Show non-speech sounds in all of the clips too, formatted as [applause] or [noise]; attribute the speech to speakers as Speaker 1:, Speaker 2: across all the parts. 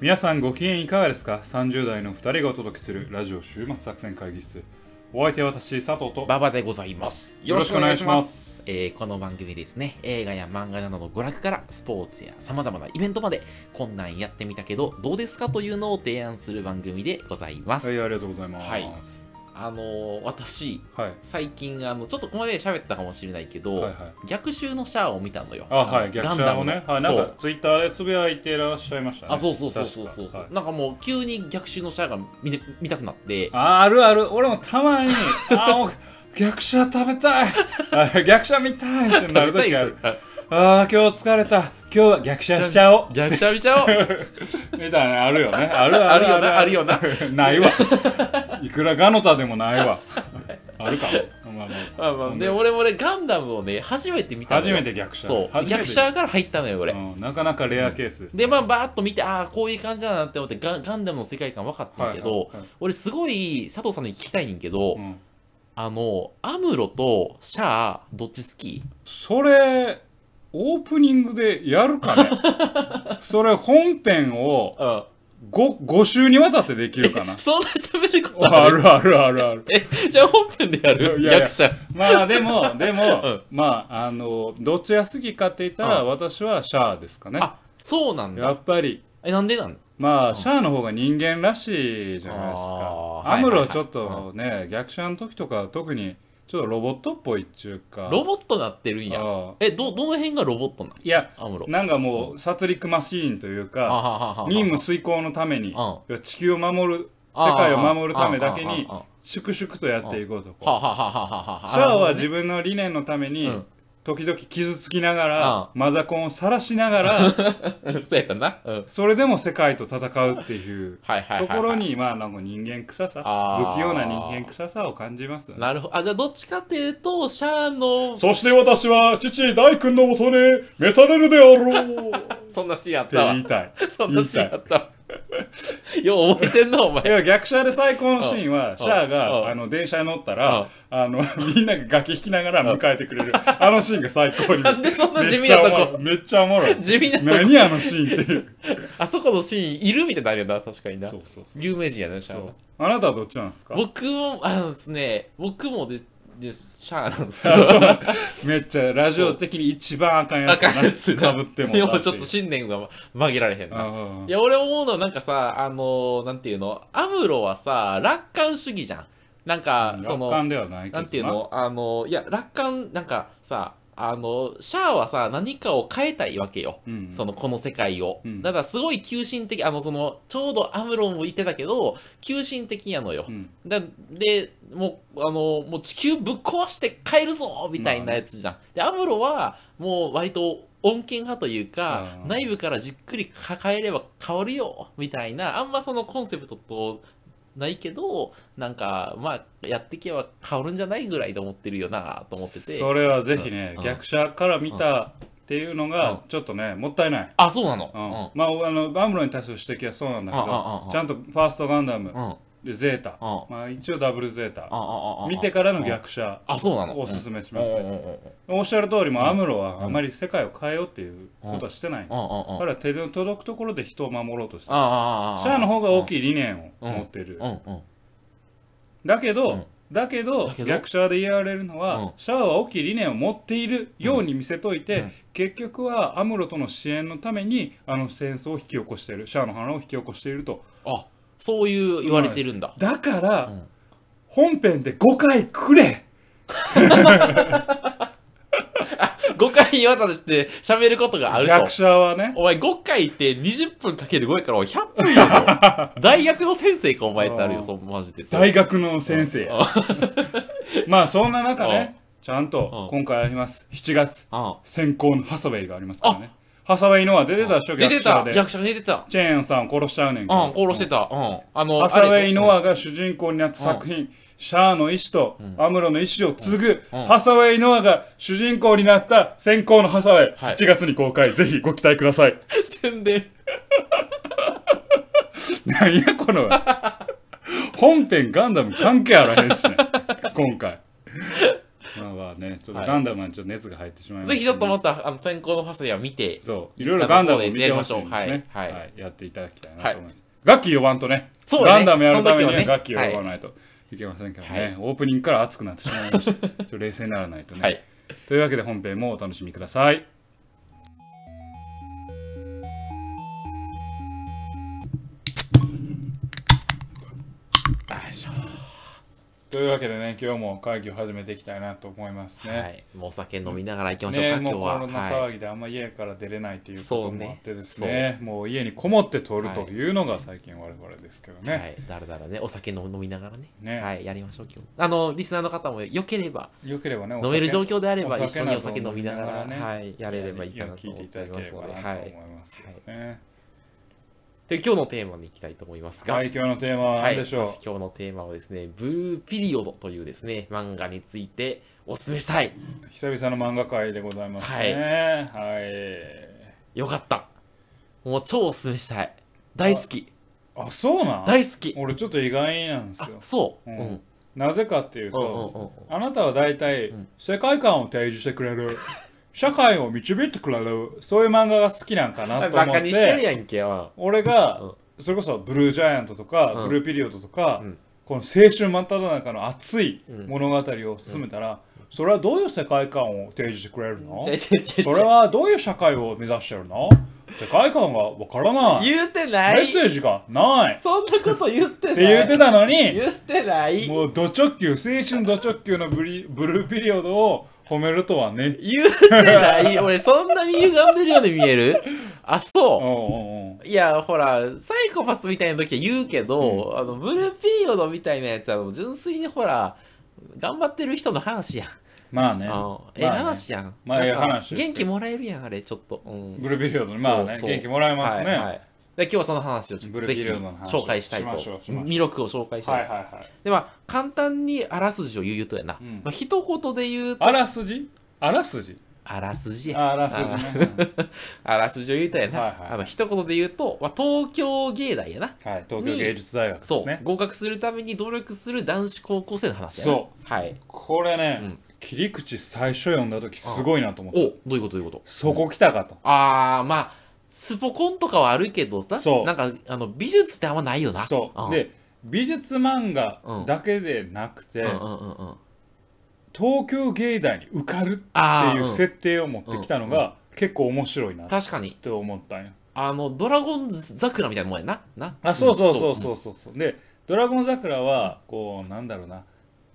Speaker 1: 皆さんご機嫌いかがですか ?30 代の2人がお届けするラジオ週末作戦会議室。お相手は私、佐藤と。
Speaker 2: ババでございます。
Speaker 1: よろしくお願いします。
Speaker 2: えーこの番組ですね、映画や漫画などの娯楽からスポーツや様々なイベントまで、こんなんやってみたけど、どうですかというのを提案する番組でございます。
Speaker 1: はい、ありがとうございます。
Speaker 2: はいあのー私、
Speaker 1: はい。
Speaker 2: 最近、あの、ちょっとここまで喋ったかもしれないけど、
Speaker 1: はいはい
Speaker 2: 逆襲のシャアを見たのよ。
Speaker 1: あ、はい、
Speaker 2: の
Speaker 1: 逆者をね。
Speaker 2: ガ
Speaker 1: は
Speaker 2: ン
Speaker 1: い、
Speaker 2: ダ
Speaker 1: なん
Speaker 2: ム
Speaker 1: か
Speaker 2: のそう
Speaker 1: ツイッターでつぶやいていらっしゃいましたね。
Speaker 2: あ、そうそうそうそうそう
Speaker 1: 確か
Speaker 2: そう、
Speaker 1: はい
Speaker 2: なんかもう急に逆襲のシャアが見て見たくなって、
Speaker 1: ああるある俺もた
Speaker 2: [laughs]
Speaker 1: まにあーもう逆者食べたいあー逆者見たいってなるときあるああ今日疲れた今日は逆者しちゃおう
Speaker 2: [laughs] 逆襲見ちゃおう
Speaker 1: みたいなのあるよねある [laughs] ある
Speaker 2: あるよな
Speaker 1: ないわいくらガノタでもないわあるかも [laughs] まあま
Speaker 2: まあまあで、俺、俺、ガンダムをね、初めて見たの
Speaker 1: 初
Speaker 2: よ
Speaker 1: めて逆者
Speaker 2: そう
Speaker 1: 初めて
Speaker 2: 逆者から入ったのよ俺、
Speaker 1: うんなかなかレアケースです、
Speaker 2: でまあバーッと見てああこういう感じだなって思ってガンガンダムの世界観分かったんやけど、
Speaker 1: はいはいはい
Speaker 2: 俺すごい佐藤さんに聞きたいねんけど、
Speaker 1: うん
Speaker 2: あのアムロとシャアどっち好き
Speaker 1: それオープニングでやる
Speaker 2: [laughs]
Speaker 1: かねそれ本編を
Speaker 2: うん
Speaker 1: 5, 5週にわたってできるかな
Speaker 2: [laughs] そんな喋ること
Speaker 1: あ
Speaker 2: ある
Speaker 1: るあるあるある。
Speaker 2: えじゃあ本編でやる
Speaker 1: いやいや
Speaker 2: 役者
Speaker 1: まあでも、でも、
Speaker 2: うん
Speaker 1: まあ、あの、どっちが好きかって言ったら、
Speaker 2: う
Speaker 1: 私はシャアですかね。
Speaker 2: あそうなん
Speaker 1: や
Speaker 2: だ
Speaker 1: っぱり、
Speaker 2: えなんでなん
Speaker 1: まあ、シャアの方が人間らしいじゃないですか
Speaker 2: あ。ー
Speaker 1: アムロ
Speaker 2: はいはいはい
Speaker 1: ちょっとね、逆者の時とか特に、ちょっとロボットっぽいっちゅうか。
Speaker 2: ロボットなってるんや
Speaker 1: ああ
Speaker 2: えどどの辺がロボットなん
Speaker 1: いや、
Speaker 2: アムロ
Speaker 1: なんかもう、殺戮マシーンという
Speaker 2: あ
Speaker 1: か、
Speaker 2: ははは
Speaker 1: 任務遂行のために、い
Speaker 2: あ
Speaker 1: や地球を守る、
Speaker 2: あ
Speaker 1: 世界を守るためだけに
Speaker 2: あああああ、
Speaker 1: 粛々とやっていこうと。
Speaker 2: はははははは
Speaker 1: シャアは自分の理念のために、
Speaker 2: うん
Speaker 1: 時々傷つきながら、
Speaker 2: ああ
Speaker 1: マザコンを晒しなが
Speaker 2: [laughs]
Speaker 1: ら
Speaker 2: 分 [laughs] そうやったなうん
Speaker 1: それでも世界と戦うっていう
Speaker 2: はいはいはいはい
Speaker 1: ところにまあなんか人間臭さ
Speaker 2: ああ
Speaker 1: 不器用な人間臭さを感じますね
Speaker 2: なるほど。あ、じゃあどっちかっていうと、シャアの、
Speaker 1: そして私は父大君のもとに召されるであろうっ
Speaker 2: そんなシーンあってたわ
Speaker 1: 言。いたい
Speaker 2: [laughs] そんなシーンあったわ。よう覚えてんな、お
Speaker 1: い
Speaker 2: 前。
Speaker 1: や逆車で最高のシーンはシャア
Speaker 2: あ
Speaker 1: が
Speaker 2: あ
Speaker 1: あの電車に乗った
Speaker 2: あ
Speaker 1: らあのみんなが楽器弾きながら迎えてくれるあのシーンが最高に
Speaker 2: [laughs] なんでそんな地味
Speaker 1: めっちゃ
Speaker 2: な
Speaker 1: おも
Speaker 2: と
Speaker 1: ろ
Speaker 2: こ。
Speaker 1: いめっちゃおもろい
Speaker 2: 地味なとこ。
Speaker 1: 何あのシーンっていう
Speaker 2: あそこのシーンいるみたいになるよな、確かにな
Speaker 1: そ。うそうそう
Speaker 2: 有名人やな、シャア
Speaker 1: そう
Speaker 2: は。
Speaker 1: あなたはどっちなんですか
Speaker 2: 僕も、あのですね、僕もで、で、シャアなんですよ
Speaker 1: あ。そうめっちちゃラジオ的に一番あかんや
Speaker 2: だ
Speaker 1: つだ
Speaker 2: か
Speaker 1: な
Speaker 2: ら、つ
Speaker 1: かぶっても
Speaker 2: でもちょっと信念が曲げられへんな。
Speaker 1: あ
Speaker 2: いや、俺思うのはなんかさ、あの、なんていうの、アムロはさ、楽観主義じゃん。なんか、そ
Speaker 1: 楽
Speaker 2: の、
Speaker 1: 観ではないけど
Speaker 2: なんていうのあのいや楽観なんかさあのシャアはさ何かを変えたいわけよ、
Speaker 1: うん
Speaker 2: そのこの世界を、
Speaker 1: うん
Speaker 2: だからすごい急進的あのそのちょうどアムロンも言ってたけど急進的やのよ、
Speaker 1: うん
Speaker 2: だでもうあのもう地球ぶっ壊して帰るぞみたいなやつじゃん、でアムロはもう割と穏健派というか
Speaker 1: うん
Speaker 2: 内部からじっくり抱えれば変わるよみたいなあんまそのコンセプトとないけどなんかまあやってけば変わるんじゃないぐらいで思ってるよなと思ってて
Speaker 1: それはぜひね
Speaker 2: うん
Speaker 1: 逆者から見たっていうの
Speaker 2: うん
Speaker 1: がちょっとねもったいない
Speaker 2: あそうなの
Speaker 1: うんまああのバムロに対する指摘はそうなんだけ
Speaker 2: うんうんう
Speaker 1: ど
Speaker 2: ん
Speaker 1: ちゃんとファーストガンダム
Speaker 2: うんうんうん
Speaker 1: でゼータ
Speaker 2: あ
Speaker 1: まあ一応ダブルゼー
Speaker 2: あ
Speaker 1: タ
Speaker 2: ああ
Speaker 1: 見てからの逆者
Speaker 2: あそうなの
Speaker 1: をおすすめし
Speaker 2: うん
Speaker 1: ま
Speaker 2: うん
Speaker 1: す
Speaker 2: うんうん
Speaker 1: ね
Speaker 2: うんうん
Speaker 1: おっしゃる通りもアムロはあまり世界を変えようっていうことはしてない
Speaker 2: うんうん
Speaker 1: 彼は手の届くところで人を守ろうとしてる
Speaker 2: ああ
Speaker 1: シャアの方が大
Speaker 2: い
Speaker 1: きい理念を持ってる
Speaker 2: うんうん
Speaker 1: だけど、
Speaker 2: うん
Speaker 1: だけど
Speaker 2: だけど
Speaker 1: 逆者で言われるのは、
Speaker 2: うん
Speaker 1: シャアは大きい理念を持っているように見せといて、
Speaker 2: うん
Speaker 1: 結局はアムロとの支援のためにあの戦争を引き起こしているシャアの花を引き起こしていると
Speaker 2: あそういう言われてるんだ
Speaker 1: だから、
Speaker 2: うん
Speaker 1: 本編で5回くれ
Speaker 2: 5回にわたって喋ることがあると
Speaker 1: 逆者はね
Speaker 2: お前5回って20分かける5やからお前100分や
Speaker 1: [laughs]
Speaker 2: ぞ大学の先生かお前ってある
Speaker 1: あ
Speaker 2: よ
Speaker 1: ー
Speaker 2: そうマジでそう
Speaker 1: 大学の先生
Speaker 2: あ
Speaker 1: [laughs] まあそんな中ねちゃんと
Speaker 2: うん
Speaker 1: 今回あります7月
Speaker 2: あ
Speaker 1: 先行のハサウェイがありますからねハサウェイのは出てたでしょ
Speaker 2: 出
Speaker 1: 逆
Speaker 2: て
Speaker 1: 者
Speaker 2: た
Speaker 1: で
Speaker 2: 役者出てた
Speaker 1: チェーンさんを殺しちゃうねんけ
Speaker 2: う
Speaker 1: ど
Speaker 2: ん殺してたうんあの
Speaker 1: ハサウ
Speaker 2: あれ
Speaker 1: ェイ・
Speaker 2: でしょ
Speaker 1: ノアが主人公になった作品、シャアの意志とアムロの意志を継ぐ、ハサウェイ・ノアが主人公になった先行のハサウェイ、
Speaker 2: はい
Speaker 1: 7月に公開、ぜひご期待ください。
Speaker 2: 宣伝
Speaker 1: 何やこの、本編ガンダム関係あらへんしね、今回。まあまあね、ちょっ
Speaker 2: は
Speaker 1: と
Speaker 2: い
Speaker 1: ガンダムはちょっと熱が入ってしまいました、
Speaker 2: ぜひちょっとまた、あの、先行のファスヤ見て、
Speaker 1: そう、いろいろガンダムを見てほしいんで
Speaker 2: やり
Speaker 1: ね
Speaker 2: ま、しょうはいはい
Speaker 1: やっていただきたいなと思います。ガッキー呼ばんとね、
Speaker 2: そうね
Speaker 1: ガンダムやるために
Speaker 2: その
Speaker 1: は
Speaker 2: 時はね
Speaker 1: ガッキーを呼ばないといけませんからね、
Speaker 2: はい
Speaker 1: オープニングから熱くなってしまいました。ちょっと冷静にならないとね。
Speaker 2: はい。
Speaker 1: というわけで本編もお楽しみください。
Speaker 2: よいしょ
Speaker 1: というわけでね、今日も会議を始めていきたいなと思いますね。
Speaker 2: はい。もうお酒飲みながら行きましょうか、
Speaker 1: ね、も
Speaker 2: 今
Speaker 1: う
Speaker 2: 日
Speaker 1: コ
Speaker 2: は。
Speaker 1: ロナ
Speaker 2: はい。
Speaker 1: 騒ぎであんま家から出れないということ
Speaker 2: そうね
Speaker 1: もあってですねもう家にこもって撮るというのが最近我々ですけどね、
Speaker 2: はい、だらだらね、お酒飲みながらね
Speaker 1: ね
Speaker 2: はい、やりましょう、今日。あの、リスナーの方もよければ、
Speaker 1: よければねお
Speaker 2: 飲める状況であれば、
Speaker 1: お
Speaker 2: 一緒
Speaker 1: 酒
Speaker 2: に
Speaker 1: な
Speaker 2: お
Speaker 1: ど
Speaker 2: 酒飲みながら、
Speaker 1: 飲みながらね
Speaker 2: はい、やれればいいかなと
Speaker 1: 聞い
Speaker 2: 思
Speaker 1: て
Speaker 2: っ
Speaker 1: い
Speaker 2: て
Speaker 1: た
Speaker 2: お
Speaker 1: だけれ
Speaker 2: ります
Speaker 1: ば
Speaker 2: ので、
Speaker 1: な
Speaker 2: は
Speaker 1: と思い
Speaker 2: い。
Speaker 1: ますけどね、
Speaker 2: で、今日のテーマに行きたいと思いますが、
Speaker 1: はい、今日のテーマは
Speaker 2: はい
Speaker 1: 何でしょう、
Speaker 2: 私今日のテーマはですね、ブルーピリオドというですね、漫画についてお勧めしたい。
Speaker 1: 久々の漫画界でございますねはい、
Speaker 2: よかった。もう超お勧めしたい。大好き。
Speaker 1: あそうなん
Speaker 2: 大好き。
Speaker 1: 俺ちょっと意外なんです
Speaker 2: あ
Speaker 1: よ、
Speaker 2: そう。う。
Speaker 1: うんん
Speaker 2: うん
Speaker 1: なぜかっていう
Speaker 2: う
Speaker 1: と、
Speaker 2: んうんうん。
Speaker 1: あなたは大体
Speaker 2: ん
Speaker 1: 世界観を提示してくれる、社会を導いてくれるそういう漫画が好きなんかなと
Speaker 2: バ
Speaker 1: 思
Speaker 2: カ
Speaker 1: っ
Speaker 2: にしてる
Speaker 1: て
Speaker 2: やんけよ。
Speaker 1: 俺が、
Speaker 2: うん
Speaker 1: それこそブルージャイアントとか、
Speaker 2: うん
Speaker 1: ブルーピリオドとか、
Speaker 2: うん
Speaker 1: この青春真っ只中の熱い
Speaker 2: うん
Speaker 1: 物語を進めたら、それはどういう世界観を提示してくれるの、
Speaker 2: ちょちょちょち
Speaker 1: そ
Speaker 2: ょ
Speaker 1: れはどういう社会を目指してるの世界観がわからない
Speaker 2: 言うてな
Speaker 1: メッ
Speaker 2: い
Speaker 1: セージがないっ
Speaker 2: そんなこと言ってない
Speaker 1: て言ってたのに
Speaker 2: 言ってない
Speaker 1: もうド直球青春ド直球のブリブルーピリオドを褒めるとはね
Speaker 2: 言ってない俺そんなに歪んでるように見えるあ、
Speaker 1: う
Speaker 2: そ
Speaker 1: んうんうん
Speaker 2: う。いや、ほら、サイコパスみたいな時は言うけど、あの、ブルーピリオドみたいなやつは、純粋にほら、頑張ってる人の話やん。
Speaker 1: まあね
Speaker 2: あのええ
Speaker 1: まあね
Speaker 2: 話やん。
Speaker 1: まあええ
Speaker 2: なんか
Speaker 1: 話
Speaker 2: 元気もらえるやん、あれ、ちょっと。うん。
Speaker 1: ブルーピリオドにまあね
Speaker 2: そうそう
Speaker 1: 元気もらえますね、
Speaker 2: は
Speaker 1: はいい
Speaker 2: はいで今日はその話をちょっ
Speaker 1: ブル
Speaker 2: とぜ
Speaker 1: ー
Speaker 2: ひ
Speaker 1: ピリオドの話
Speaker 2: 紹介したいと
Speaker 1: しましょうしましょう
Speaker 2: 魅力を紹介した
Speaker 1: はい
Speaker 2: い、
Speaker 1: はいはい
Speaker 2: でまあ簡単にあらすじを言うとやな、
Speaker 1: うん
Speaker 2: まあ一言で言うと
Speaker 1: あらすじあらすじ
Speaker 2: あらすじや
Speaker 1: ああらすじね
Speaker 2: あらすじを言うとやな、
Speaker 1: はいはい
Speaker 2: あの一言で言うと、まあ、東京芸大やな
Speaker 1: はい東京芸術大学で
Speaker 2: そ
Speaker 1: す
Speaker 2: う、
Speaker 1: ね
Speaker 2: 合格するために努力する男子高校生の話やな
Speaker 1: そう
Speaker 2: はい
Speaker 1: これね、
Speaker 2: うん
Speaker 1: 切り口最初読んだ時すごいなと思っ
Speaker 2: お
Speaker 1: て
Speaker 2: どういうことどういうこと
Speaker 1: そこ来たかと
Speaker 2: ああまあスポコンとかはあるけどさ
Speaker 1: そう
Speaker 2: なんかあの美術ってあんまないよな
Speaker 1: そう、
Speaker 2: ん
Speaker 1: で美術漫画だけでなくて、
Speaker 2: うんうんうんうん
Speaker 1: 東京芸大に受かるって
Speaker 2: ああ
Speaker 1: いう
Speaker 2: うん
Speaker 1: 設定を持ってきたのが結構面白いなっ
Speaker 2: 確かに
Speaker 1: て思ったんよ
Speaker 2: あの、ドラゴン桜みたいなもんやな。な
Speaker 1: あそうそうそう
Speaker 2: うん
Speaker 1: そうそうそうで「ドラゴン桜」はこうなんだろうな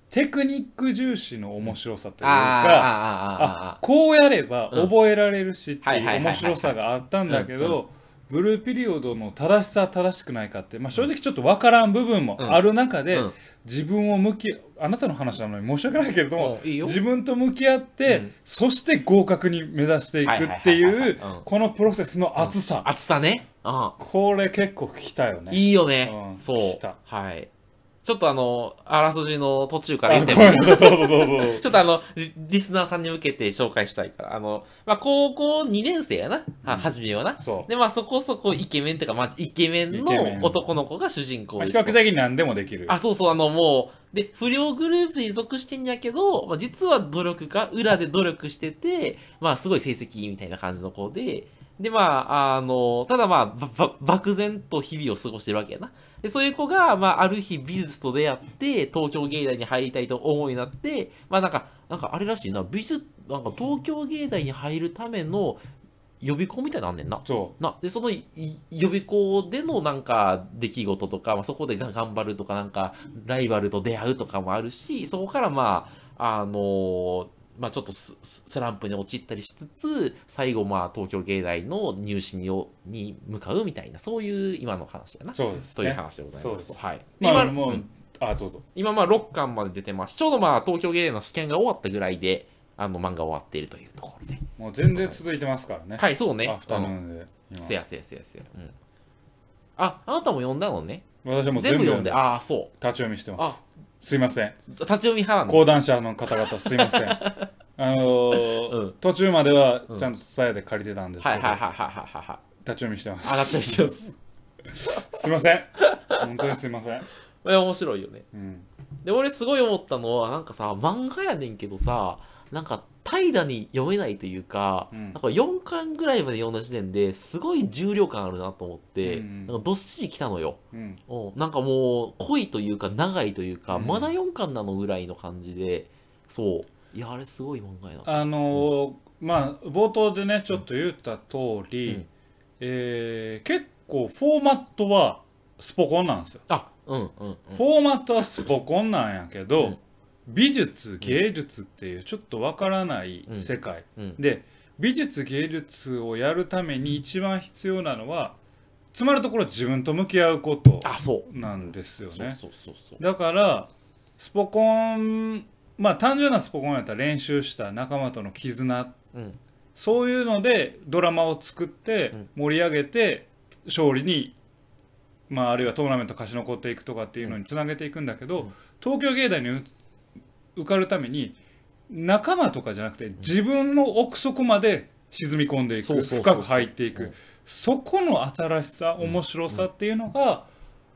Speaker 1: テクニック重視の面白さというかあ
Speaker 2: あーあーあーあーあ
Speaker 1: こうやれば
Speaker 2: うん
Speaker 1: 覚えられるしって
Speaker 2: はい
Speaker 1: い
Speaker 2: はいはいうはいはい
Speaker 1: 面白さがあったんだけ
Speaker 2: うんう
Speaker 1: どブルーピリオドの正しさ正しくないかって、まあ、正直ちょっと分からん部分もある中で、
Speaker 2: うんうん
Speaker 1: 自分を向きあなたの話なのに申し訳ないけれども、
Speaker 2: うんいいよ
Speaker 1: 自分と向き合って、
Speaker 2: うん
Speaker 1: そして合格に目指していくって
Speaker 2: はいはいはい
Speaker 1: い
Speaker 2: は
Speaker 1: う
Speaker 2: いはいうん
Speaker 1: このプロセスの熱さ、
Speaker 2: ー熱さね。うん。
Speaker 1: これ結構来たよね。
Speaker 2: いいよね。
Speaker 1: うん
Speaker 2: そう
Speaker 1: 来た。
Speaker 2: はい。ちょっとあの、あらすじの途中から
Speaker 1: あ
Speaker 2: 言って
Speaker 1: ごめんなさいどうぞどうぞ。
Speaker 2: ちょっとあのリ、リスナーさんに向けて紹介したいから、あの、まあ、高校2年生やな、は、初めはな。
Speaker 1: そう
Speaker 2: [laughs] で、まあ、そこそこイケメンっていうか、まあ、イケメン
Speaker 1: イケメ
Speaker 2: の
Speaker 1: ン
Speaker 2: 男の子が主人公
Speaker 1: まあ
Speaker 2: で
Speaker 1: 比
Speaker 2: す。
Speaker 1: 較的何でもできる。
Speaker 2: あ、そうそう、あの、もう、で、不良グループに属してんやけど、まあ、実は努力家、裏で努力してて、まあ、すごい成績いいみたいな感じの子で、で、まあ、あの、ただまあ、ばば漠然と日々を過ごしてるわけやな。で、そういう子が、まあ、ある日美術と出会って、東京芸大に入りたいと思うようになって、まあ、なんか、なんかあれらしいな、美術、なんか東京芸大に入るための予備校みたいなのあんねんな。
Speaker 1: そ
Speaker 2: なでそのいい予備校でのなんか出来事とか、まあ、そこでが頑張るとかなんかライバルと出会うとかもあるしそこからまああのーまあ、ちょっとスススランプに陥ったりしつつ最後まあ東京芸大の入試にをに向かうみたいなそういう今の話やな
Speaker 1: う。そうです
Speaker 2: という
Speaker 1: ね。
Speaker 2: 話でござい
Speaker 1: そう
Speaker 2: ま
Speaker 1: ですす
Speaker 2: と、はい
Speaker 1: まあ
Speaker 2: 今
Speaker 1: もう、
Speaker 2: うん
Speaker 1: あどうぞ。
Speaker 2: 今まあ6巻まで出てますちょうどまあ東京芸大の試験が終わったぐらいであの漫画終わっているというところで
Speaker 1: もう全然続いてますからね。
Speaker 2: はいそうね
Speaker 1: アフタヌー
Speaker 2: うん
Speaker 1: ンで。今
Speaker 2: せやせやせやせや、うん、ああなたも読んだのね
Speaker 1: 私はもう全
Speaker 2: 全部
Speaker 1: 部
Speaker 2: 読
Speaker 1: 読
Speaker 2: ん
Speaker 1: ん
Speaker 2: で、
Speaker 1: で
Speaker 2: ああ、そ
Speaker 1: 立ち読みして
Speaker 2: う。
Speaker 1: ます。
Speaker 2: あ、
Speaker 1: すいません。
Speaker 2: 立ち読み派なんだ。
Speaker 1: 講談社の方々すいませ
Speaker 2: [laughs]
Speaker 1: ん。あのー
Speaker 2: うん
Speaker 1: 途中まではちゃんと伝えて借りてたんですけ
Speaker 2: は
Speaker 1: ど、
Speaker 2: いはいはいはいはいはいはい。
Speaker 1: 立ち読みしてます。
Speaker 2: あ、立ち読みします。 [laughs]
Speaker 1: すいません。本当にすいません。
Speaker 2: いや面白いよね。
Speaker 1: うん、
Speaker 2: で、俺すごい思ったのは、なんかさ、漫画やねんけどさ、なんか怠惰に読めないというか、
Speaker 1: うん
Speaker 2: なんか4巻ぐらいまで読んだ時点ですごい重量感あるなと思っ
Speaker 1: う
Speaker 2: て、
Speaker 1: んうん
Speaker 2: なんかどっしり来たのよ。
Speaker 1: うん
Speaker 2: うんなんかもう濃いというか長いというか、
Speaker 1: うん
Speaker 2: まだ4巻なのぐらいの感じでそういやあれすごい漫画やな
Speaker 1: あのーまあ冒頭でねちょっと言った通り、
Speaker 2: うん
Speaker 1: えー結構フォーマットはスポコンなんですよ、
Speaker 2: あうんうんうん
Speaker 1: フォーマットはスポコンなんやけど、
Speaker 2: うん
Speaker 1: 美術芸術っていうちょっとわからない世界、
Speaker 2: うん
Speaker 1: で美術芸術をやるために一番必要なのはつまるところ自分と向き合うこと
Speaker 2: あそう
Speaker 1: なんですよ
Speaker 2: そう
Speaker 1: ね
Speaker 2: そうそうそう
Speaker 1: だからスポコンまあ単純なスポコンやったら練習した仲間との絆
Speaker 2: うん
Speaker 1: そういうのでドラマを作って
Speaker 2: うん
Speaker 1: 盛り上げて勝利に、まあ、あるいはトーナメント勝ち残っていくとかっていうのにつなげていくんだけど、
Speaker 2: うん
Speaker 1: 東京芸大にう受かるために仲間とかじゃなくて自分の奥底まで沈み込んでい
Speaker 2: そう
Speaker 1: く
Speaker 2: そうそ
Speaker 1: 深
Speaker 2: うそう
Speaker 1: く入っていく、
Speaker 2: うん
Speaker 1: そこの新しさ面白さっていうのが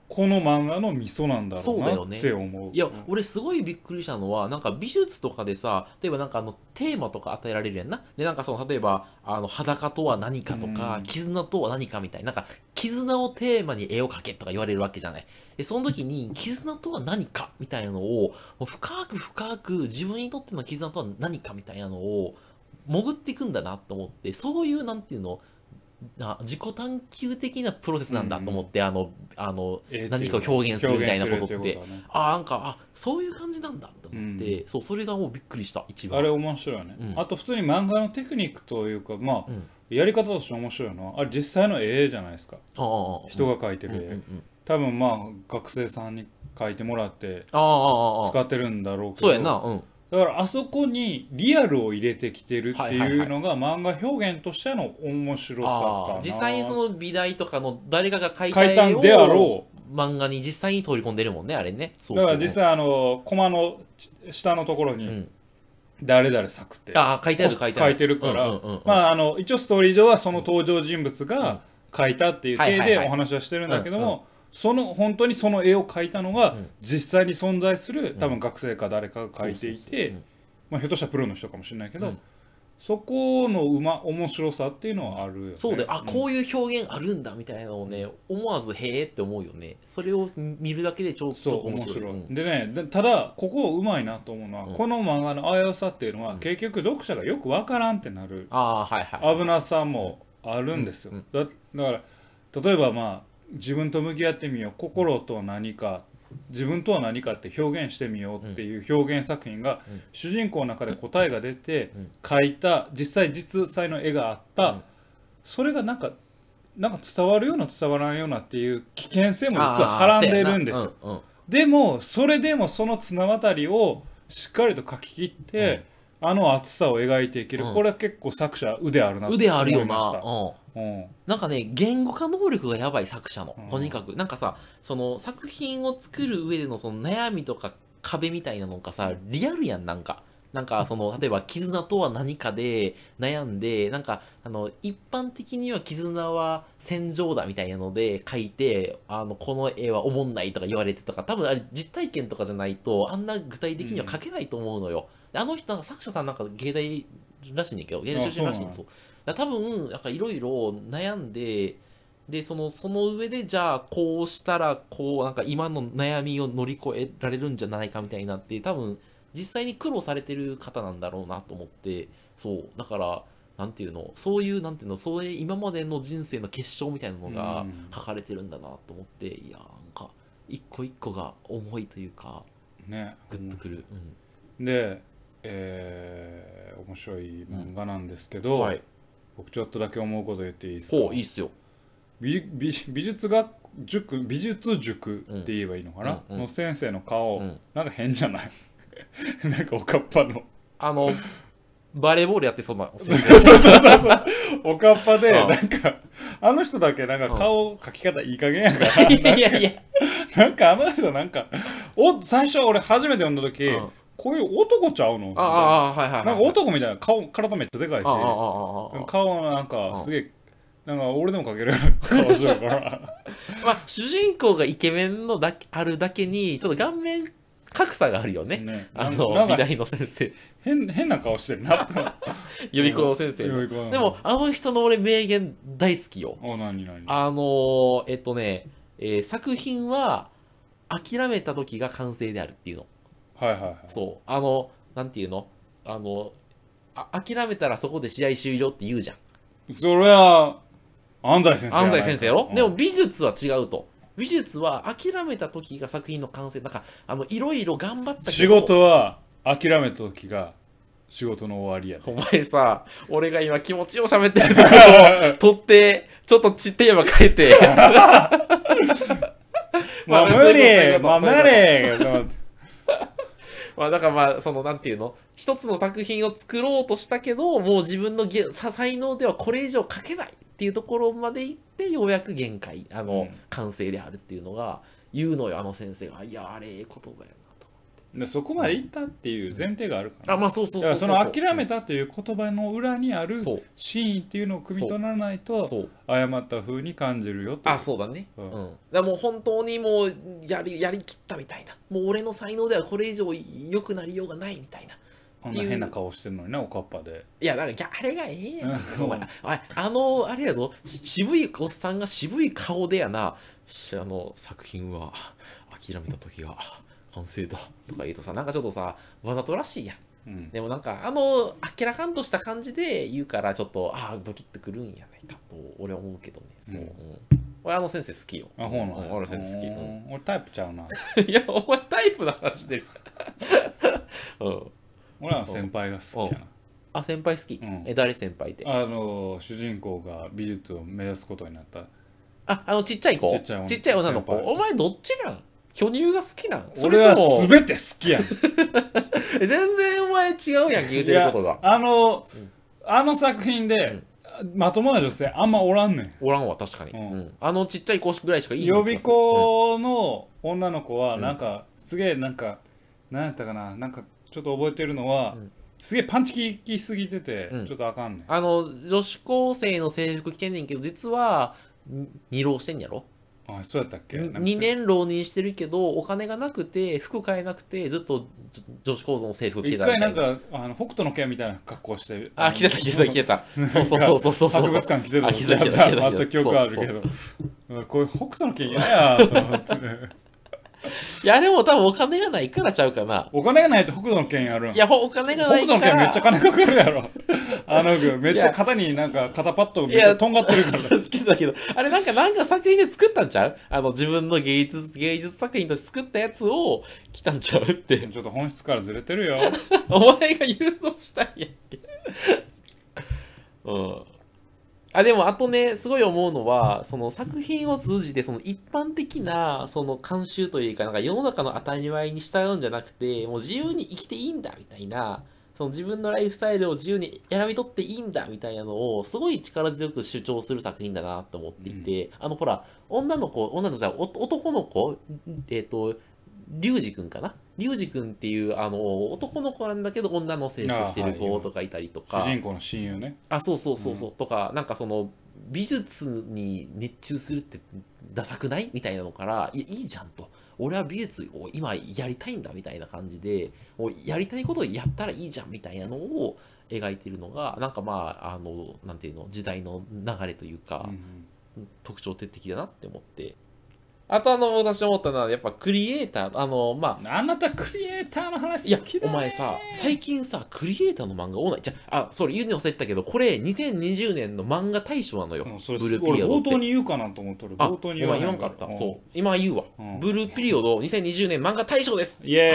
Speaker 1: この漫画のミソなんだろう
Speaker 2: そうだよ
Speaker 1: な
Speaker 2: ね
Speaker 1: って思う。
Speaker 2: いや俺すごいびっくりしたのはなんか美術とかでさ例えばなんかあのテーマとか与えられるやんなでなんかその例えばあの裸とは何かとか、
Speaker 1: うん
Speaker 2: 絆とは何かみたいななんか絆をテーマに絵を描けとか言われるわけじゃないでその時に絆とは何かみたいなのをもう深く深く自分にとっての絆とは何かみたいなのを潜っていくんだなと思ってそういうなんていうのな自己探求的なプロセスなんだと思って、あのあの
Speaker 1: えー
Speaker 2: 何かを表現するみたいなことって
Speaker 1: 表現するいうことはね
Speaker 2: あなんかあそういう感じなんだと思っ
Speaker 1: う
Speaker 2: て、そうそれがもうびっくりした一番
Speaker 1: あれ面白いよね、
Speaker 2: うん
Speaker 1: あと普通に漫画のテクニックというかまあ、
Speaker 2: うん
Speaker 1: やり方として面白いのはあれ実際の絵じゃないですか
Speaker 2: ああああ
Speaker 1: 人が描いてる
Speaker 2: うん
Speaker 1: 絵、
Speaker 2: うんうん
Speaker 1: 多分まあ学生さんに描いてもらって
Speaker 2: ああああああ
Speaker 1: 使ってるんだろうけど
Speaker 2: そうやなうん
Speaker 1: だからあそこにリアルを入れてきてるっていうのが漫画表現としての面白さか
Speaker 2: ああ
Speaker 1: な
Speaker 2: 実際にその美大とかの誰かが書いた
Speaker 1: 描いた
Speaker 2: 絵
Speaker 1: ん
Speaker 2: を
Speaker 1: であろ
Speaker 2: 漫画に実際に取り込んでるもんねあれねそううそ
Speaker 1: だか
Speaker 2: う
Speaker 1: ら実際あのコマのち下のところ
Speaker 2: う
Speaker 1: に
Speaker 2: ん、
Speaker 1: 誰々作って
Speaker 2: ああ書いてある書いてある
Speaker 1: 書いてるから、
Speaker 2: うんうんうんうん
Speaker 1: まああの一応ストーリー上はその登場人物
Speaker 2: うん
Speaker 1: が書いたっていう
Speaker 2: はい
Speaker 1: 体
Speaker 2: はい
Speaker 1: で
Speaker 2: はい
Speaker 1: お話はしてるんだけども、
Speaker 2: うん
Speaker 1: その本当にその絵を描いたのが
Speaker 2: うん
Speaker 1: 実際に存在する多分学生か誰かが描いていて、
Speaker 2: そうそうそううん
Speaker 1: まあ、ひょっとしたらプロの人かもしれないけど、
Speaker 2: うん
Speaker 1: そこのうま面白さっていうのはあるよね。
Speaker 2: そうだよあ
Speaker 1: ん
Speaker 2: こういう表現あるんだみたいなのをね思わずへえって思うよねそれを見るだけでちょち
Speaker 1: そ
Speaker 2: ょっ
Speaker 1: う
Speaker 2: と
Speaker 1: 面
Speaker 2: 面
Speaker 1: 白
Speaker 2: 白
Speaker 1: い
Speaker 2: い、うん
Speaker 1: でねでただここうまいなと思うのは、
Speaker 2: うん
Speaker 1: この漫画の危うさっていうのは、
Speaker 2: うん
Speaker 1: 結局読者がよくわからんってなる
Speaker 2: ああはいはい
Speaker 1: [laughs] 危なさもあるんですよ、
Speaker 2: うん
Speaker 1: だだから例えばまあ自分と向き合ってみよう心と何か自分とは何かって表現してみようっていう表現作品が、
Speaker 2: うん
Speaker 1: 主人公の中で答えが出て、
Speaker 2: うん
Speaker 1: 描いた実際実際の絵があった、
Speaker 2: うん
Speaker 1: それがなんかなんか伝わるような伝わらんようなっていう危険性も実ははらんでるんですよ。
Speaker 2: ああそうやなうんうん
Speaker 1: でもそれでもその綱渡りをしっかりと書き切って、あの厚さを描いていける、
Speaker 2: うん
Speaker 1: これは結構作者腕あるなと思い
Speaker 2: 腕
Speaker 1: ま
Speaker 2: あるよ
Speaker 1: した
Speaker 2: な、。うん、
Speaker 1: うん
Speaker 2: なんかね言語化能力がやばい作者の
Speaker 1: うん
Speaker 2: とにかくなんかさその作品を作る上でのその悩みとか壁みたいなのがさリアルやんなんかなんかその例えば絆とは何かで悩んでなんかあの一般的には絆は戦場だみたいなので書いてあのこの絵はおもんないとか言われてとか多分あれ実体験とかじゃないとあんな具体的には書けないと思うのよ、であの人なんか作者さんなんか芸大らしいねんけど芸大出身らしいん
Speaker 1: あ
Speaker 2: そうだから多分なんかいろいろ悩んででそのその上でじゃあこうしたらこうなんか今の悩みを乗り越えられるんじゃないかみたいなって多分実際に苦労されてる方なんだろうなと思ってそうだからなんていうのそういうなんていうのそういう今までの人生の結晶みたいなの
Speaker 1: う
Speaker 2: が
Speaker 1: ん
Speaker 2: 書かれてるんだなと思っていやなんか一個一個が重いというか
Speaker 1: ね、
Speaker 2: グッとくる、
Speaker 1: で、えー面白い漫画なんですけ
Speaker 2: うん
Speaker 1: ど、
Speaker 2: はい
Speaker 1: 僕ちょっとだけ思うこと言っていいですか
Speaker 2: ほういいっすよ
Speaker 1: 美美美術学塾美術塾って言えばいいのかな、
Speaker 2: うんうん
Speaker 1: の先生の顔、
Speaker 2: うん
Speaker 1: なんか変じゃない [laughs] なんかおかっぱの
Speaker 2: あのバレーボールやってそうな
Speaker 1: おかっぱで
Speaker 2: ああ
Speaker 1: なんかあの人だけなんか顔描き [laughs] 方いい加減やから
Speaker 2: いやいやいや
Speaker 1: なんかあの人なんかお最初俺初めて読んだ時、
Speaker 2: うん
Speaker 1: こういう男ちゃうの
Speaker 2: ああああはいはいはい
Speaker 1: なんか男みたいな顔体めっちゃでかいし
Speaker 2: ああああああ
Speaker 1: 顔なんか
Speaker 2: うん
Speaker 1: すげえなんか俺でも描けるよ [laughs] うな顔してるから
Speaker 2: まあ、主人公がイケメンのだけあるだけに、ちょっと顔面格差があるよね。
Speaker 1: ね
Speaker 2: あ
Speaker 1: な
Speaker 2: の、
Speaker 1: んか
Speaker 2: 美大の先生、
Speaker 1: 変変な顔してる
Speaker 2: [laughs]
Speaker 1: なって
Speaker 2: 予備校の先生の。
Speaker 1: 予備校の
Speaker 2: でも、あの人の俺、名言大好きよ。
Speaker 1: お何何
Speaker 2: あのー、えっとね、えー作品は、諦めた時が完成であるっていうの。
Speaker 1: はいはいはい
Speaker 2: そう。あの、なんていうのあの、あ諦めたらそこで試合終了って言うじゃん。
Speaker 1: それは安西先生やない
Speaker 2: 安西先生やろ、
Speaker 1: うん
Speaker 2: でも美術は違うと。美術は諦めた時が作品の完成。なんか、あの、いろいろ頑張ったけど。
Speaker 1: 仕事は諦めた時が仕事の終わりや
Speaker 2: お前さ、俺が今気持ちよ喋ってる [laughs] ところを撮って、ちょっとちテーマ変えて。 [laughs]
Speaker 1: もう
Speaker 2: まあ
Speaker 1: 無理も
Speaker 2: まあ
Speaker 1: う無
Speaker 2: [laughs]
Speaker 1: 理
Speaker 2: まあだからまあ、そのなんていうの一つの作品を作ろうとしたけど、もう自分のげさ才能ではこれ以上書けないっていうところまで行って、ようやく限界、あの、
Speaker 1: うん
Speaker 2: 完成であるっていうのが、言うのよ、あの先生が。いや、あれ、ええ言葉やなと。
Speaker 1: でそこまでいったっていう前提があるから
Speaker 2: あ、まあそうそう
Speaker 1: だか
Speaker 2: そう
Speaker 1: ら
Speaker 2: そ。
Speaker 1: そうの諦めたという言葉の裏にある
Speaker 2: そう
Speaker 1: シーンっていうのを汲み取らないと
Speaker 2: そう。
Speaker 1: 誤った風に感じるよと
Speaker 2: あ、そうだね。う。
Speaker 1: うんん
Speaker 2: だからもう本当にもうやり、やりきったみたいな。もう俺の才能ではこれ以上良くなりようがないみたいな。
Speaker 1: あんな変な顔してるのにねおかっぱで
Speaker 2: いや、なんかぎゃ、あれがええやん
Speaker 1: うん
Speaker 2: お前、おいあの、あれやぞ、し渋いおっさんが渋い顔でやな、しあの、作品は諦めた時が完成だとか言うとさ、なんかちょっとさ、わざとらしいやん。
Speaker 1: うん
Speaker 2: でもなんか、あの、あっけらかんとした感じで言うから、ちょっと、ああ、ドキッとくるんやないかと、俺は思うけどね。そう。
Speaker 1: うん
Speaker 2: うん俺、あの先生好きよ。
Speaker 1: あほうな
Speaker 2: うん
Speaker 1: んや
Speaker 2: 俺、先生好き。う
Speaker 1: う
Speaker 2: ん
Speaker 1: ん俺タイプちゃうない
Speaker 2: や、お前タイプの話 [laughs] してる。うん。
Speaker 1: 俺は先輩が好きやな
Speaker 2: あ、先輩好き。
Speaker 1: うん
Speaker 2: え、誰先輩って。
Speaker 1: あの主人公が美術を目指すことになった
Speaker 2: あ、あのちっちゃい子。
Speaker 1: ちっちゃい女
Speaker 2: 女の子。
Speaker 1: 先輩
Speaker 2: お前どっちなん巨乳が好きなんそ
Speaker 1: 俺
Speaker 2: れ
Speaker 1: は
Speaker 2: とも、
Speaker 1: 全て好きやん
Speaker 2: 全然お前違うやん、 [laughs] 言うて
Speaker 1: い
Speaker 2: る
Speaker 1: や
Speaker 2: ことが。
Speaker 1: あのあの作品でまともな女性あんまおらんねん
Speaker 2: おらんわ、確かに。う
Speaker 1: うん
Speaker 2: ん。あのちっちゃい子ぐらいしかいい
Speaker 1: 予備校の女の子はなんかすげえなんかなんやったかななんかちょっと覚えてるのは
Speaker 2: うん
Speaker 1: すげえパンチ効きすぎてて
Speaker 2: うん
Speaker 1: ちょっとあかんねん
Speaker 2: あの、女子高生の制服着てんねんけど、実は、に二浪してんやろ
Speaker 1: あそうやったっけなんか
Speaker 2: 2年浪人してるけどお金がなくて服買えなくてずっとじょ女子高生の制服着
Speaker 1: 一
Speaker 2: てたみた
Speaker 1: 回
Speaker 2: い
Speaker 1: なんかあの北斗の拳みたいな格好して
Speaker 2: あ、来てた来てた来てた。そうそうそうそうそうそう。
Speaker 1: 博物館来て
Speaker 2: あ
Speaker 1: た
Speaker 2: 来
Speaker 1: 時
Speaker 2: てた来てた来て
Speaker 1: [laughs]
Speaker 2: た。
Speaker 1: あった記憶あるけ
Speaker 2: そうそう
Speaker 1: どうんこういう北斗の拳嫌やと思って
Speaker 2: いや、でも多分お金がないからちゃうかな。
Speaker 1: お金がないと北斗の拳やるん
Speaker 2: いや、ほお金が
Speaker 1: 北
Speaker 2: ない
Speaker 1: 斗
Speaker 2: から。
Speaker 1: の拳めっちゃ金かかるやろあの具めっち
Speaker 2: いや
Speaker 1: ゃ肩になんか肩パッドめっ
Speaker 2: い
Speaker 1: ち
Speaker 2: や
Speaker 1: ゃとんがってるから
Speaker 2: [laughs] 好きだけど、あれなんか、なんか作品で作ったんちゃうあの、自分の芸術、芸術作品として作ったやつを来たんちゃうって。
Speaker 1: ちょっと本質からずれてるよ
Speaker 2: [laughs] お前が誘導したんやっけ。うん。あ、でも、あとね、すごい思うのは、その作品を通じて、その一般的な、その慣習というか、なんか世の中の当たり前に従うんじゃなくて、もう自由に生きていいんだ、みたいな、その自分のライフスタイルを自由に選び取っていいんだ、みたいなのを、すごい力強く主張する作品だな、と思っていて、あの、ほら、女の子、女の子じゃないお男の子、えっ、と、リュウジ君かなリュウジ君っていう、あの、男の子なんだけど、女の制服してる
Speaker 1: あーは
Speaker 2: 子
Speaker 1: い
Speaker 2: とかいたりとか。
Speaker 1: 主人公の親友ね
Speaker 2: あそうそうそうそう、とかなんかその美術に熱中するってダサくないみたいなのからいやいいじゃんと俺は美術を今やりたいんだみたいな感じでもうやりたいことをやったらいいじゃんみたいなのを描いてるのがなんかまああのなんていうの時代の流れというか、
Speaker 1: うん
Speaker 2: 特徴的だなって思ってあとあの私思ったのはやっぱクリエイターあのまあ
Speaker 1: あなたクリエイターの
Speaker 2: い
Speaker 1: 話
Speaker 2: や
Speaker 1: 好き、だ
Speaker 2: お
Speaker 1: ね
Speaker 2: 前さ、最近さ、クリエイターの漫画多ない。じゃあ、それ言うの忘れてたけど、これ2020年の漫画大賞なのよ。
Speaker 1: うんそれ
Speaker 2: ブ
Speaker 1: 俺
Speaker 2: ルーピリオド
Speaker 1: 冒
Speaker 2: って。
Speaker 1: 頭に言うかなと思っとる
Speaker 2: あ、
Speaker 1: 冒頭に言
Speaker 2: お
Speaker 1: わ
Speaker 2: 前
Speaker 1: へ
Speaker 2: 言わんかった。そう。今言うわ、
Speaker 1: うん
Speaker 2: ブルーピリオド2020年漫画大賞です
Speaker 1: うんイエ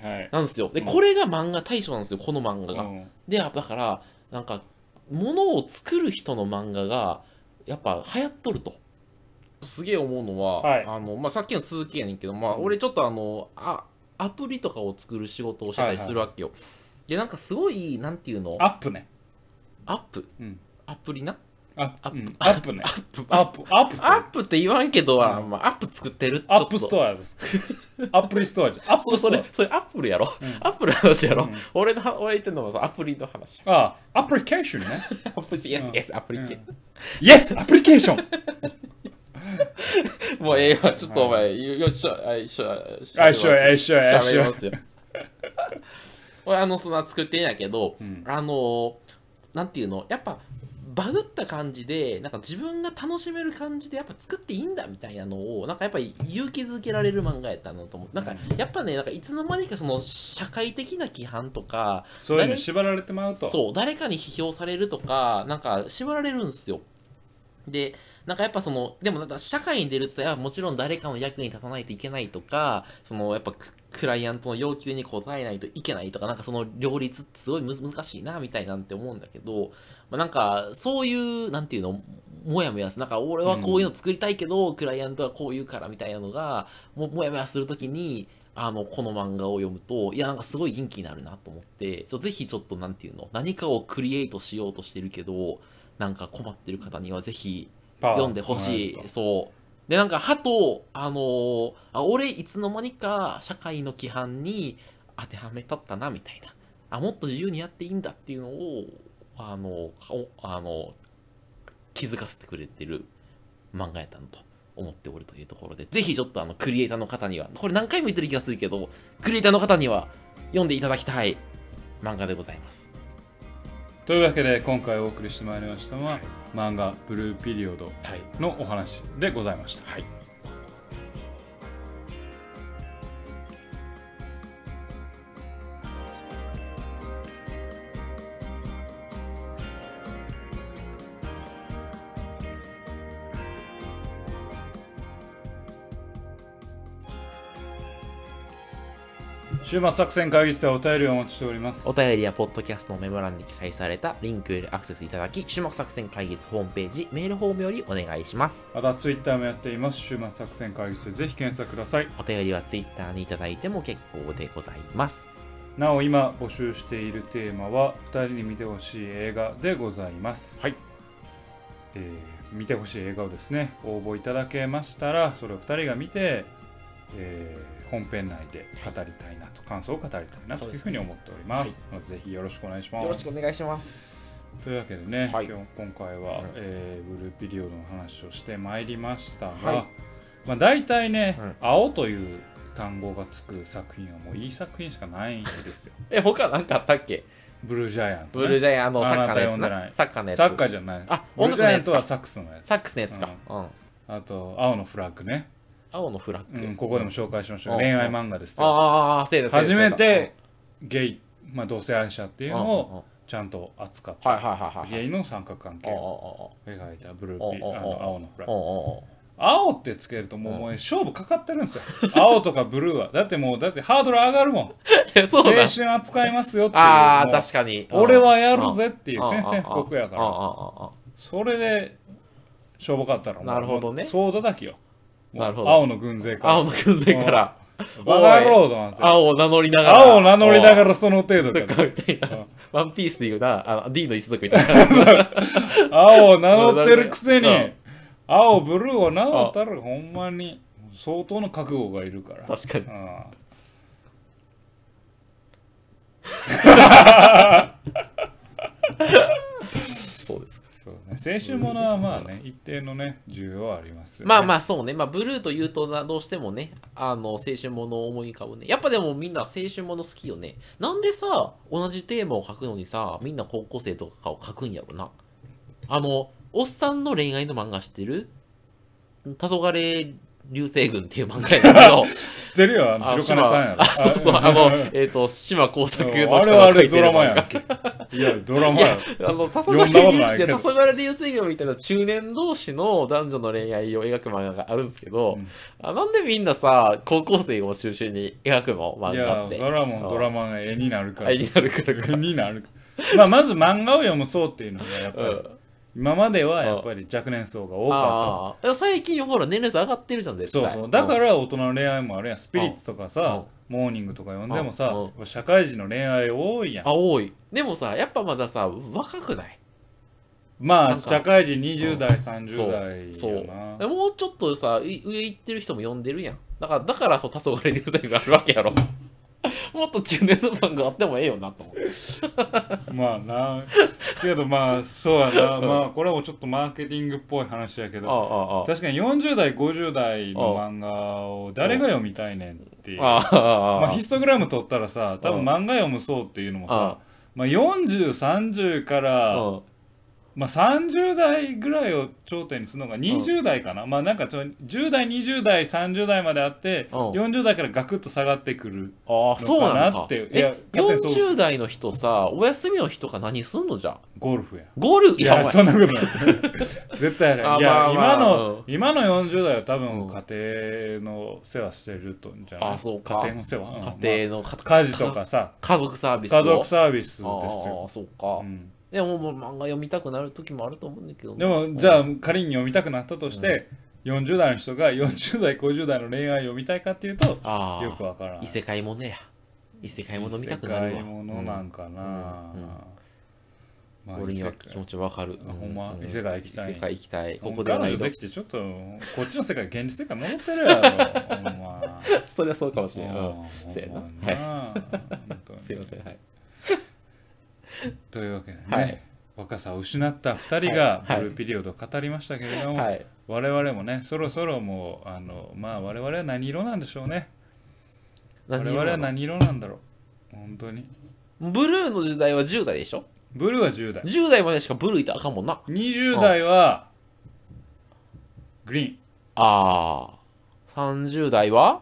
Speaker 1: ーイはい
Speaker 2: なんですよ。で、
Speaker 1: うん
Speaker 2: これが漫画大賞なんですよ、この漫画が。
Speaker 1: うん
Speaker 2: で、やっぱだから、なんか、ものを作る人の漫画が、やっぱ流行っとると。すげえ思うのは、
Speaker 1: はい
Speaker 2: あのまあ、さっきの続きやねんけど、まあ、俺ちょっとあのあアプリとかを作る仕事をしてたりするわけよ。で、なんかすごい、なんていうの、
Speaker 1: アップね
Speaker 2: アップ、
Speaker 1: うん
Speaker 2: アプリな
Speaker 1: あ
Speaker 2: アップ
Speaker 1: うんアップね
Speaker 2: アップ
Speaker 1: アップアップ
Speaker 2: アップって言わんけど、あまあ、アップ作ってるってちょっ
Speaker 1: ア
Speaker 2: と
Speaker 1: ップストア
Speaker 2: [laughs]
Speaker 1: ですアップリストアじゃんアッ
Speaker 2: そう
Speaker 1: プス
Speaker 2: そ
Speaker 1: ト
Speaker 2: れ、それアップルやろ、
Speaker 1: ん
Speaker 2: アップルの話やろ、
Speaker 1: うん
Speaker 2: 俺の、俺言ってんのもさ、アプリの話。
Speaker 1: アあア
Speaker 2: [laughs]
Speaker 1: プリケーションね
Speaker 2: アプリ、イエス、イエス、アプリ
Speaker 1: う
Speaker 2: 系。
Speaker 1: ん Yes! アプリケーション
Speaker 2: もうええわ、ちょっとお前、よよちょ、あいしょ、あいしょ、
Speaker 1: あいしょあいしょあい
Speaker 2: 喋
Speaker 1: し
Speaker 2: り
Speaker 1: ょ
Speaker 2: ますよ。 [laughs] 俺、あの、そんな作ってんやけど、
Speaker 1: うん
Speaker 2: あの、なんていうの、やっぱ、バグった感じで、なんか自分が楽しめる感じで、やっぱ作っていいんだみたいなのを、なんかやっぱり勇気づけられる漫画やったなと思う。なんか、やっぱね、なんかいつの間にかその社会的な規範とか、
Speaker 1: そういうのに縛られてまうと
Speaker 2: そう誰かに批評されるとかなんか縛られるんですよでなんかやっぱそのでもなんか社会に出るって言ったらもちろん誰かの役に立たないといけないとかそのやっぱククライアントの要求に応えないといけないとかなんかその両立ってすごいむず難しいなみたいなんて思うんだけど、まあ、なんかそういうなんていうのもやもやすなんか俺はこういうの作りたいけど、クライアントはこう言うからみたいなのがももやもやするときにあのこの漫画を読むといやなんかすごい元気になるなと思ってそうぜひちょっとなんていうの何かをクリエイトしようとしてるけどなんか困ってる方にはぜひ読んでほしいそうでなんかはとあのーあ俺いつの間にか社会の規範に当てはめたったなみたいなあもっと自由にやっていいんだっていうのをあのおあの気づかせてくれてる漫画やったなと思っておるというところでぜひちょっとあのクリエイターの方にはこれ何回も言ってる気がするけどクリエイターの方には読んでいただきたい漫画でございます
Speaker 1: というわけで今回お送りしてまいりましたのは漫画「ブルーピリオド
Speaker 2: はい」
Speaker 1: のお話でございました
Speaker 2: はい
Speaker 1: 週末作戦会議室はお便りをお待ちしております
Speaker 2: お便りやポッドキャストのメモ欄に記載されたリンクよりアクセスいただき、種目作戦会議室ホームページ、メールフォームよりお願いします。
Speaker 1: またツイッターもやっています週末作戦会議室でぜひ検索ください
Speaker 2: お便りは Twitter にいただいても結構でございます。
Speaker 1: なお今募集しているテーマは2人に見てほしい映画でございます
Speaker 2: はい、
Speaker 1: えー見てほしい映画をですね応募いただけましたらそれを2人が見て、えー本編内で語りたいなと感想を語りたいな
Speaker 2: そ
Speaker 1: と
Speaker 2: う
Speaker 1: い
Speaker 2: で
Speaker 1: う
Speaker 2: す
Speaker 1: ふうに思っております、のでぜひよろしくお願いします
Speaker 2: よろしくお願いします。
Speaker 1: というわけでね、
Speaker 2: はい
Speaker 1: 今日今回は、えーブルーピリオドの話をしてまいりましたが、
Speaker 2: はい
Speaker 1: まあ、大体ね、
Speaker 2: うん
Speaker 1: 青という単語がつく作品はもういい作品しかないんです
Speaker 2: [laughs]
Speaker 1: よ
Speaker 2: え、他なんかあったっけ
Speaker 1: ブルージャイアント、ね、
Speaker 2: ブルージャイアンの
Speaker 1: あ
Speaker 2: サッカーのやつ
Speaker 1: あなた読んでな
Speaker 2: な。
Speaker 1: い
Speaker 2: サッカーのやつ。
Speaker 1: サッカーじゃない
Speaker 2: あ
Speaker 1: ブルージャイアントは
Speaker 2: 音楽のやつか
Speaker 1: サックスのやつ
Speaker 2: サックスのやつか。うん。
Speaker 1: あと青のフラッグね、
Speaker 2: 青のフラ
Speaker 1: う
Speaker 2: ッ
Speaker 1: ん、
Speaker 2: グ。
Speaker 1: ここでも紹介しました
Speaker 2: う
Speaker 1: が
Speaker 2: ん
Speaker 1: 恋愛漫画ですよ
Speaker 2: ああ、せいだせい
Speaker 1: 初
Speaker 2: だせいだ
Speaker 1: めてゲイ、まあ、同性愛者っていうの
Speaker 2: うんうんう
Speaker 1: を
Speaker 2: ん
Speaker 1: ちゃんと扱っ
Speaker 2: はい
Speaker 1: た
Speaker 2: はいはいはい。
Speaker 1: ゲイの三角関係
Speaker 2: ああ
Speaker 1: を描いたブルーピリ
Speaker 2: うんうんうん
Speaker 1: あの青のフラッグ
Speaker 2: ああああああ
Speaker 1: 青ってつけるともう,、もう勝負かかってるんですよ [laughs] 青とかブルーはだってもうだってハードル上がるもん
Speaker 2: え [laughs] そう
Speaker 1: 青
Speaker 2: だ。
Speaker 1: 春扱いますよっていう
Speaker 2: ああ、
Speaker 1: もう
Speaker 2: 確かに。うん
Speaker 1: 俺はやるぜっていう
Speaker 2: ああ
Speaker 1: 宣戦布告やか
Speaker 2: ああ
Speaker 1: ら
Speaker 2: ああああ
Speaker 1: それでしょぼかったらもう
Speaker 2: なるほどね
Speaker 1: もうそう叩きよもう
Speaker 2: なるほど
Speaker 1: 青の軍勢から
Speaker 2: 青の軍勢から。
Speaker 1: バカ野郎だなんて
Speaker 2: 青を名乗りながら。
Speaker 1: 青を名乗りなが
Speaker 2: ら。
Speaker 1: らその程度だよ
Speaker 2: みたいな
Speaker 1: うん。
Speaker 2: [laughs] ワンピースで言うな、あの、D の一族みた
Speaker 1: [laughs]
Speaker 2: いな。
Speaker 1: [laughs] 青を名乗ってるくせ
Speaker 2: うん
Speaker 1: に青ブルーを名乗ったらほんまに相当の覚悟がいるから
Speaker 2: 確かに。
Speaker 1: うん
Speaker 2: そうですか。
Speaker 1: そうね、青春ものはまあね、一定のね、需要はありますよね、
Speaker 2: まあまあそうね。まあ、ブルーというとな、どうしてもね、あの、青春ものを思い浮かぶね。やっぱでもみんな青春もの好きよね。なんでさ、同じテーマを書くのにさ、みんな高校生とかを書くんやろな。あの、おっさんの恋愛の漫画知ってる黄昏流星群っていう漫画やけど。
Speaker 1: 知ってるよ、あの、
Speaker 2: あ
Speaker 1: 広金さんやろ。
Speaker 2: あ、そうそう、あの、えっ、と、島工作の人
Speaker 1: あ
Speaker 2: が
Speaker 1: れはあ
Speaker 2: 書
Speaker 1: れ
Speaker 2: い
Speaker 1: ド
Speaker 2: てる
Speaker 1: ラマ
Speaker 2: 漫
Speaker 1: やん
Speaker 2: 画。
Speaker 1: け。いや、ドラマやろ。
Speaker 2: あの、黄
Speaker 1: 読んだことない
Speaker 2: 昏
Speaker 1: け
Speaker 2: 流
Speaker 1: ど
Speaker 2: 黄昏流星群みたいな中年同士の男女の恋愛を描く漫画があるんですけど、
Speaker 1: うん
Speaker 2: あなんでみんなさ、高校生を中心に描くの
Speaker 1: い
Speaker 2: 漫画
Speaker 1: や
Speaker 2: っ、て。
Speaker 1: それはもうドラマの絵になるから。
Speaker 2: 愛
Speaker 1: 絵
Speaker 2: になるからか。
Speaker 1: になるから。まあ、まず漫画を読む層っていうのがやっぱ
Speaker 2: う
Speaker 1: り
Speaker 2: ん、
Speaker 1: 今まではやっぱり若年層が多かっ
Speaker 2: ああ最近ほら年齢差上がってるじゃん
Speaker 1: た。
Speaker 2: 絶対
Speaker 1: そうそう。だか
Speaker 2: ん
Speaker 1: ら大人の恋愛もあるやん。スピリッツとかさ、モーニングとか読んでもさ
Speaker 2: う、
Speaker 1: 社会人の恋愛多いやん。
Speaker 2: あ多いでもさやっぱまださ若くない
Speaker 1: ま
Speaker 2: な
Speaker 1: あ、
Speaker 2: んか
Speaker 1: 社会人20代、
Speaker 2: そう
Speaker 1: 30代
Speaker 2: そ
Speaker 1: よ
Speaker 2: う
Speaker 1: な。
Speaker 2: もうちょっとさい上行ってる人も呼んでるやんだからだからこう黄昏流星があるわけやろ [laughs] もっと中年の番があってもええよなと思って。
Speaker 1: まあなけどまあそうやなまあこれはちょっとマーケティングっぽい話やけ
Speaker 2: あ
Speaker 1: ど
Speaker 2: あ、ああ、
Speaker 1: 確かに40代50代の漫画を誰が読みたいねんっていう
Speaker 2: ああ、あ
Speaker 1: まあ、
Speaker 2: あ
Speaker 1: ヒストグラム取ったらさ多分
Speaker 2: うん
Speaker 1: 漫画読む層っていうのもさ
Speaker 2: あ
Speaker 1: まあ、4030か
Speaker 2: あ、
Speaker 1: ら、
Speaker 2: うん
Speaker 1: まあ、30代ぐらいを頂点にするのが20代かな、まあなんかちょ10代20代30代まであって、
Speaker 2: うん
Speaker 1: 40代からガクッと下がってくる
Speaker 2: ああ、そうな
Speaker 1: のかな
Speaker 2: の
Speaker 1: っ
Speaker 2: か。
Speaker 1: ていや
Speaker 2: え、
Speaker 1: 勝手にそう
Speaker 2: 40代の人さ、お休みの日とか何すんのじゃあ
Speaker 1: ゴルフや。
Speaker 2: ゴルフ、
Speaker 1: い
Speaker 2: いや、
Speaker 1: や
Speaker 2: お前
Speaker 1: そんなことない
Speaker 2: [laughs]
Speaker 1: 絶対やれい
Speaker 2: あ
Speaker 1: いや、
Speaker 2: まあまあ
Speaker 1: 今の、
Speaker 2: うん
Speaker 1: 今の40代は多分
Speaker 2: うん
Speaker 1: 家庭の世話してるとんじゃない
Speaker 2: あそうか
Speaker 1: 家庭の世話、うんま
Speaker 2: 家庭のか
Speaker 1: あ家事とかさ
Speaker 2: 家族サービスを
Speaker 1: 家族サービスです
Speaker 2: あ
Speaker 1: よ、
Speaker 2: あ、そうか。
Speaker 1: うん
Speaker 2: でももう漫画読みたくなる時もあると思うんだけどね
Speaker 1: でもじゃあ仮に読みたくなったとして、40代の人が40代50代の恋愛を読みたいかっていうと
Speaker 2: ああ
Speaker 1: よくわからん
Speaker 2: 異世界ものや異世界もの見たくなるわ
Speaker 1: 異世界ものなんかな、
Speaker 2: うんうん
Speaker 1: ま
Speaker 2: う
Speaker 1: あ
Speaker 2: ん俺には
Speaker 1: 異世界
Speaker 2: 気持ちわかる、
Speaker 1: あほんま
Speaker 2: う
Speaker 1: 異世界行きたい
Speaker 2: 異世界行きたいここではな
Speaker 1: 彼
Speaker 2: い
Speaker 1: 女
Speaker 2: ど
Speaker 1: できてちょっとこっちの世界現実世界戻ってるやろ
Speaker 2: [laughs]
Speaker 1: ほんま
Speaker 2: それはそうかもしれない、うん
Speaker 1: うん
Speaker 2: せやな
Speaker 1: ほんま本当に
Speaker 2: すいませんはい
Speaker 1: というわけでね、
Speaker 2: はい
Speaker 1: 若さを失った2人が
Speaker 2: はい
Speaker 1: ブルーピリオドを語りましたけれども、
Speaker 2: はい
Speaker 1: 我々もねそろそろもうあのまあ我々は何色なんでしょうね我々は何色なんだろう本当に
Speaker 2: ブルーの時代は10代でしょ
Speaker 1: ブルーは10代
Speaker 2: 10代までしかブルーいたらあかんもんな
Speaker 1: 20代はグリーン
Speaker 2: あー30代は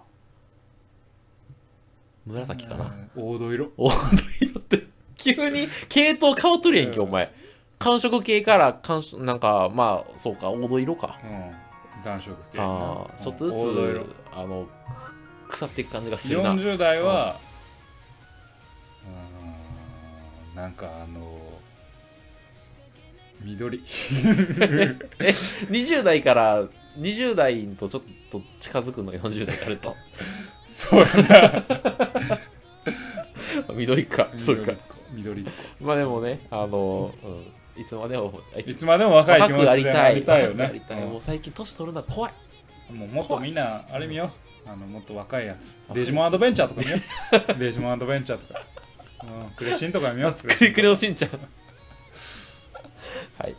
Speaker 2: 紫かな
Speaker 1: うん黄土色
Speaker 2: 黄土色って急に系統変わっとるやんけお前寒色系から寒色なんかまあそうか黄土色か
Speaker 1: うん暖色系
Speaker 2: ああ
Speaker 1: うん
Speaker 2: ちょっとず
Speaker 1: 黄土色
Speaker 2: つあの腐っていく感じがするな
Speaker 1: 40代はうーんなんかあの緑 [laughs]
Speaker 2: え20代から20代とちょっと近づくのが40代になると [laughs]
Speaker 1: そうやな
Speaker 2: 緑かそう
Speaker 1: 緑
Speaker 2: か
Speaker 1: っ子緑っ子
Speaker 2: まあでもねあの、うん、いつまでもあい
Speaker 1: い
Speaker 2: つ
Speaker 1: つまでも若い気
Speaker 2: 若
Speaker 1: 持
Speaker 2: くあ
Speaker 1: ち
Speaker 2: り
Speaker 1: で
Speaker 2: た
Speaker 1: あ
Speaker 2: い
Speaker 1: りたいよ
Speaker 2: 若くあり
Speaker 1: ね
Speaker 2: たいもう最近年取るのは怖い
Speaker 1: うんもうもっとみんなあれ見ようあのもっと若いやつデジモンアドベンチャーとか見ようデジモンアドベンチャーとかうんクレシンとか見よう
Speaker 2: [laughs] クリクリおしんちゃんはい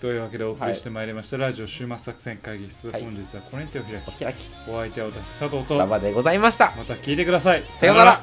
Speaker 1: というわけでお送りしてまいりました、ラジオ終末作戦会議室、
Speaker 2: はい
Speaker 1: 本日はこれに手を開き
Speaker 2: お開き
Speaker 1: お相手は私佐藤と
Speaker 2: ラ
Speaker 1: ま
Speaker 2: バでございました
Speaker 1: た聞いてください
Speaker 2: さようなら